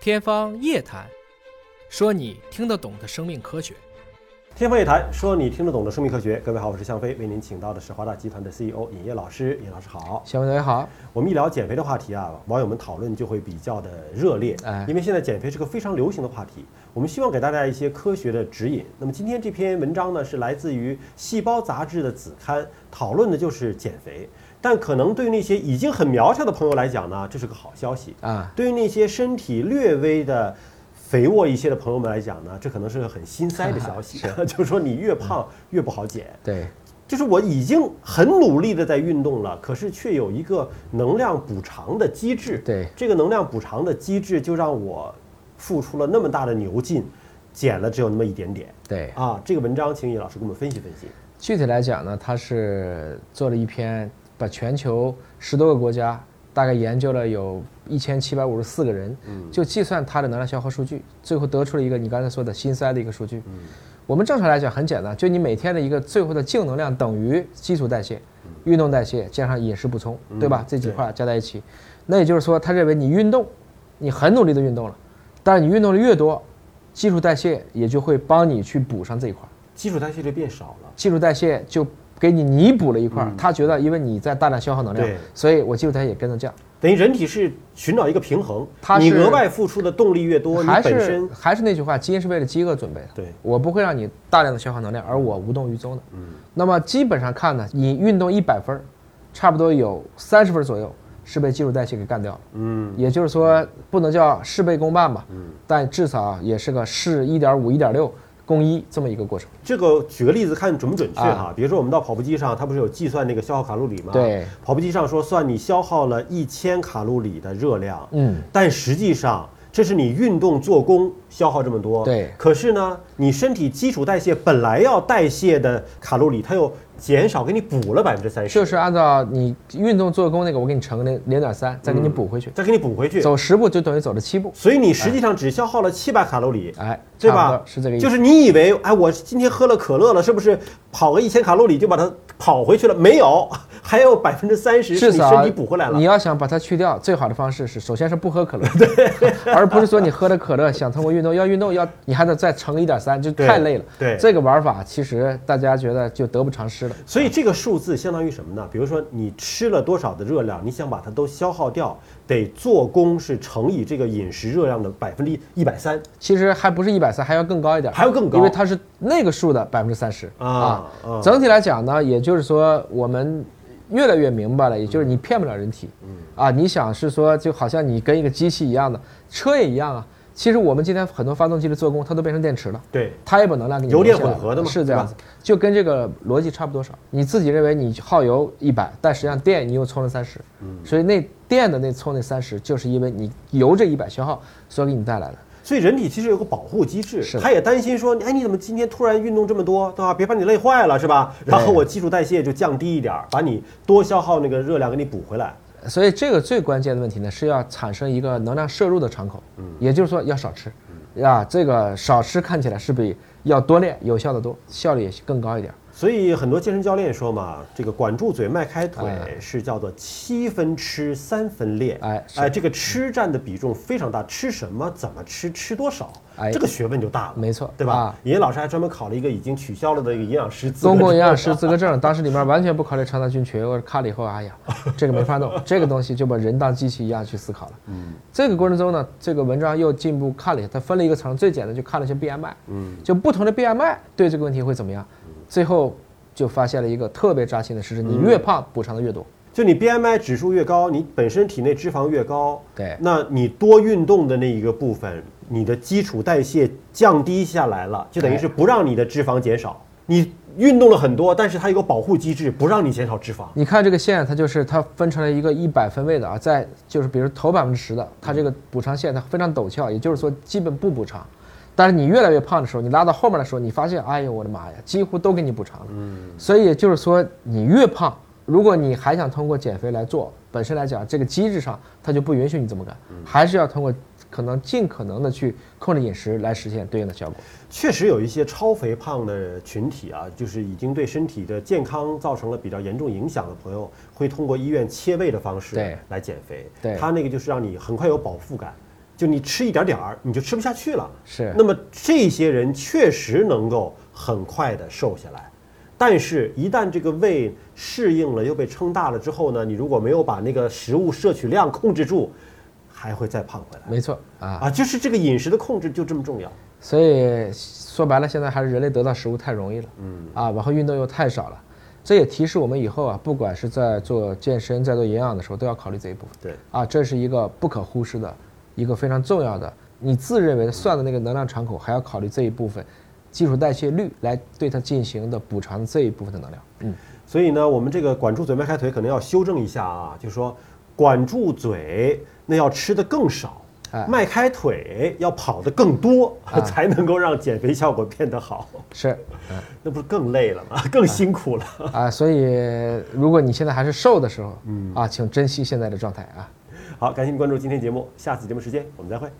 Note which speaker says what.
Speaker 1: 天方夜谭，说你听得懂的生命科学。
Speaker 2: 天方夜谭，说你听得懂的生命科学。各位好，我是向飞，为您请到的是华大集团的 CEO 尹烨老师。尹老师好，
Speaker 3: 小文同学好，
Speaker 2: 我们一聊减肥的话题啊，网友们讨论就会比较的热烈，
Speaker 3: 哎
Speaker 2: 因为现在减肥是个非常流行的话题。我们希望给大家一些科学的指引。那么今天这篇文章呢，是来自于《细胞》杂志的子刊，讨论的就是减肥。但可能对于那些已经很苗条的朋友来讲呢，这是个好消息
Speaker 3: 啊。
Speaker 2: 对于那些身体略微的肥沃一些的朋友们来讲呢，这可能是个很心塞的消息， 就是说你越胖越不好减。
Speaker 3: 对，
Speaker 2: 就是我已经很努力的在运动了，可是却有一个能量补偿的机制。
Speaker 3: 对
Speaker 2: 这个能量补偿的机制就让我付出了那么大的牛劲，减了只有那么一点点。
Speaker 3: 对
Speaker 2: 啊，这个文章请尹老师给我们分析分析。
Speaker 3: 具体来讲呢，他是做了一篇，把全球十多个国家大概研究了有一千七百五十四个人，就计算它的能量消耗数据，最后得出了一个你刚才说的心塞的一个数据。我们正常来讲很简单，就你每天的一个最后的净能量等于基础代谢、运动代谢加上饮食补充，对吧？这几块加在一起，那也就是说，他认为你运动，你很努力的运动了，但是你运动的越多，基础代谢也就会帮你去补上这一块。
Speaker 2: 基础代谢就变少了，
Speaker 3: 基础代谢就给你弥补了一块儿。他觉得，因为你在大量消耗能量
Speaker 2: 嗯对，
Speaker 3: 所以我基础代谢也跟着降。
Speaker 2: 等于人体是寻找一个平衡。
Speaker 3: 它
Speaker 2: 你
Speaker 3: 是
Speaker 2: 额外付出的动力越多，你
Speaker 3: 还
Speaker 2: 本
Speaker 3: 是
Speaker 2: 身
Speaker 3: 还是那句话，基因是为了饥饿准备的。
Speaker 2: 对
Speaker 3: 我不会让你大量的消耗能量，而我无动于衷的。
Speaker 2: 嗯
Speaker 3: 那么基本上看呢，你运动一百分儿，差不多有三十分儿左右是被基础代谢给干掉了。
Speaker 2: 嗯，
Speaker 3: 也就是说，不能叫事倍功半吧，但至少也是个事一点五、一点六攻一这么一个过程。
Speaker 2: 这个举个例子看准不准确哈、
Speaker 3: 啊
Speaker 2: 比如说我们到跑步机上，它不是有计算那个消耗卡路里吗？
Speaker 3: 对，
Speaker 2: 跑步机上说算你消耗了一千卡路里的热量，
Speaker 3: 嗯，
Speaker 2: 但实际上这是你运动做工消耗这么多。
Speaker 3: 对
Speaker 2: 可是呢，你身体基础代谢本来要代谢的卡路里，它又减少给你补了百分之三十，
Speaker 3: 就是按照你运动做工那个，我给你乘个零零点三，再给你补回去。
Speaker 2: 再给你补回 去。
Speaker 3: 走十步就等于走了七步，
Speaker 2: 所以你实际上只消耗了七百卡路里。
Speaker 3: 哎，
Speaker 2: 对
Speaker 3: 差不
Speaker 2: 吧
Speaker 3: 多？是这个意思。
Speaker 2: 就是你以为，哎，我今天喝了可乐了，是不是跑个一千卡路里就把它跑回去了？没有， 还有百分之三十是
Speaker 3: 至
Speaker 2: 你
Speaker 3: 少
Speaker 2: 身体补回来了
Speaker 3: 你。要想把它去掉，最好的方式是，首先是不喝可乐，对，而不是说你喝了可乐想通过运动，要运动要你还得再乘一点三，就
Speaker 2: 对
Speaker 3: 太累了。
Speaker 2: 对
Speaker 3: 这个玩法其实大家觉得就得不偿失了。
Speaker 2: 所以这个数字相当于什么呢？比如说你吃了多少的热量，你想把它都消耗掉，得做工是乘以这个饮食热量的百分之一百三。
Speaker 3: 其实还不是一百三，还要更高一点，
Speaker 2: 还要更高
Speaker 3: 因为它是那个数的百分之三十
Speaker 2: 啊啊
Speaker 3: 整体来讲呢，也就是说我们越来越明白了，也就是你骗不了人体，
Speaker 2: 嗯
Speaker 3: 啊，你想是说就好像你跟一个机器一样的，车也一样啊。其实我们今天很多发动机的做工，它都变成电池了。
Speaker 2: 对，
Speaker 3: 它也把能量给你
Speaker 2: 油电
Speaker 3: 留下来了
Speaker 2: 混合的嘛
Speaker 3: 是这样
Speaker 2: 是
Speaker 3: 子，就跟这个逻辑差不多少。你自己认为你耗油一百，但实际上电你又充了三十，
Speaker 2: 嗯
Speaker 3: 所以那电的那充那三十，就是因为你油这一百消耗所给你带来的。
Speaker 2: 所以人体其实有个保护机制
Speaker 3: 是，的
Speaker 2: 他也担心说，哎，你怎么今天突然运动这么多，对吧？别把你累坏了，是吧？然后我基础代谢就降低一点儿，把你多消耗那个热量给你补回来。
Speaker 3: 所以这个最关键的问题呢，是要产生一个能量摄入的敞口，也就是说要少吃，啊，这个少吃看起来是比要多练有效的多，效率也更高一点。
Speaker 2: 所以很多健身教练说嘛，这个管住嘴迈开腿
Speaker 3: 哎
Speaker 2: 是叫做七分吃三分练，
Speaker 3: 哎是
Speaker 2: 哎，这个吃占的比重非常大，吃什么怎么吃吃多少，
Speaker 3: 哎
Speaker 2: 这个学问就大了，
Speaker 3: 没错
Speaker 2: 对吧
Speaker 3: 啊？
Speaker 2: 尹烨老师还专门考了一个已经取消了的一个营养师资格
Speaker 3: 公
Speaker 2: 证，
Speaker 3: 共营养师资格证，当时里面完全不考虑肠道菌群，我看了以后，哎呀，这个没法弄，这个东西就把人当机器一样去思考了。嗯，这个过程中呢，这个文章又进一步看了一下，它分了一个层，最简单就看了一下 BMI，嗯，就不同的 BMI 对这个问题会怎么样，最后就发现了一个特别扎心的事实：你越胖补偿的越多。
Speaker 2: 就你 BMI 指数越高，你本身体内脂肪越高，
Speaker 3: 对
Speaker 2: 那你多运动的那一个部分，你的基础代谢降低下来了，就等
Speaker 3: 哎
Speaker 2: 于是不让你的脂肪减少。你运动了很多，但是它有个保护机制，不让你减少脂肪。
Speaker 3: 你看这个线，它就是它分成了一个一百分位的啊，在就是比如头百分之十的，它这个补偿线它非常陡峭，也就是说基本不补偿。但是你越来越胖的时候，你拉到后面的时候，你发现，哎呦我的妈呀，几乎都给你补偿了。所以也就是说，你越胖，如果你还想通过减肥来做，本身来讲，这个机制上它就不允许你这么干，还是要通过可能尽可能的去控制饮食来实现对应的效果。
Speaker 2: 确实有一些超肥胖的群体啊，就是已经对身体的健康造成了比较严重影响的朋友，会通过医院切胃的方式
Speaker 3: 对
Speaker 2: 来减肥。
Speaker 3: 对
Speaker 2: 他那个就是让你很快有饱腹感。就你吃一点点儿，你就吃不下去了。
Speaker 3: 是
Speaker 2: 那么这些人确实能够很快的瘦下来，但是，一旦这个胃适应了又被撑大了之后呢，你如果没有把那个食物摄取量控制住，还会再胖回来。
Speaker 3: 没错啊。
Speaker 2: 啊，就是这个饮食的控制就这么重要。
Speaker 3: 所以说白了，现在还是人类得到食物太容易了，嗯啊，然后运动又太少了，这也提示我们以后啊，不管是在做健身、在做营养的时候，都要考虑这一部分
Speaker 2: 对，
Speaker 3: 啊，这是一个不可忽视的一个非常重要的。你自认为算的那个能量敞口，还要考虑这一部分基础代谢率来对它进行的补偿这一部分的能量。嗯，
Speaker 2: 所以呢，我们这个管住嘴迈开腿可能要修正一下啊，就说管住嘴，那要吃的更少
Speaker 3: 哎。
Speaker 2: 迈开腿要跑得更多，才能够让减肥效果变得好，
Speaker 3: 是，
Speaker 2: 那不是更累了吗？ 更辛苦了。
Speaker 3: 啊，所以如果你现在还是瘦的时候，嗯啊，请珍惜现在的状态啊。
Speaker 2: 好，感谢您关注今天节目，下次节目时间我们再会。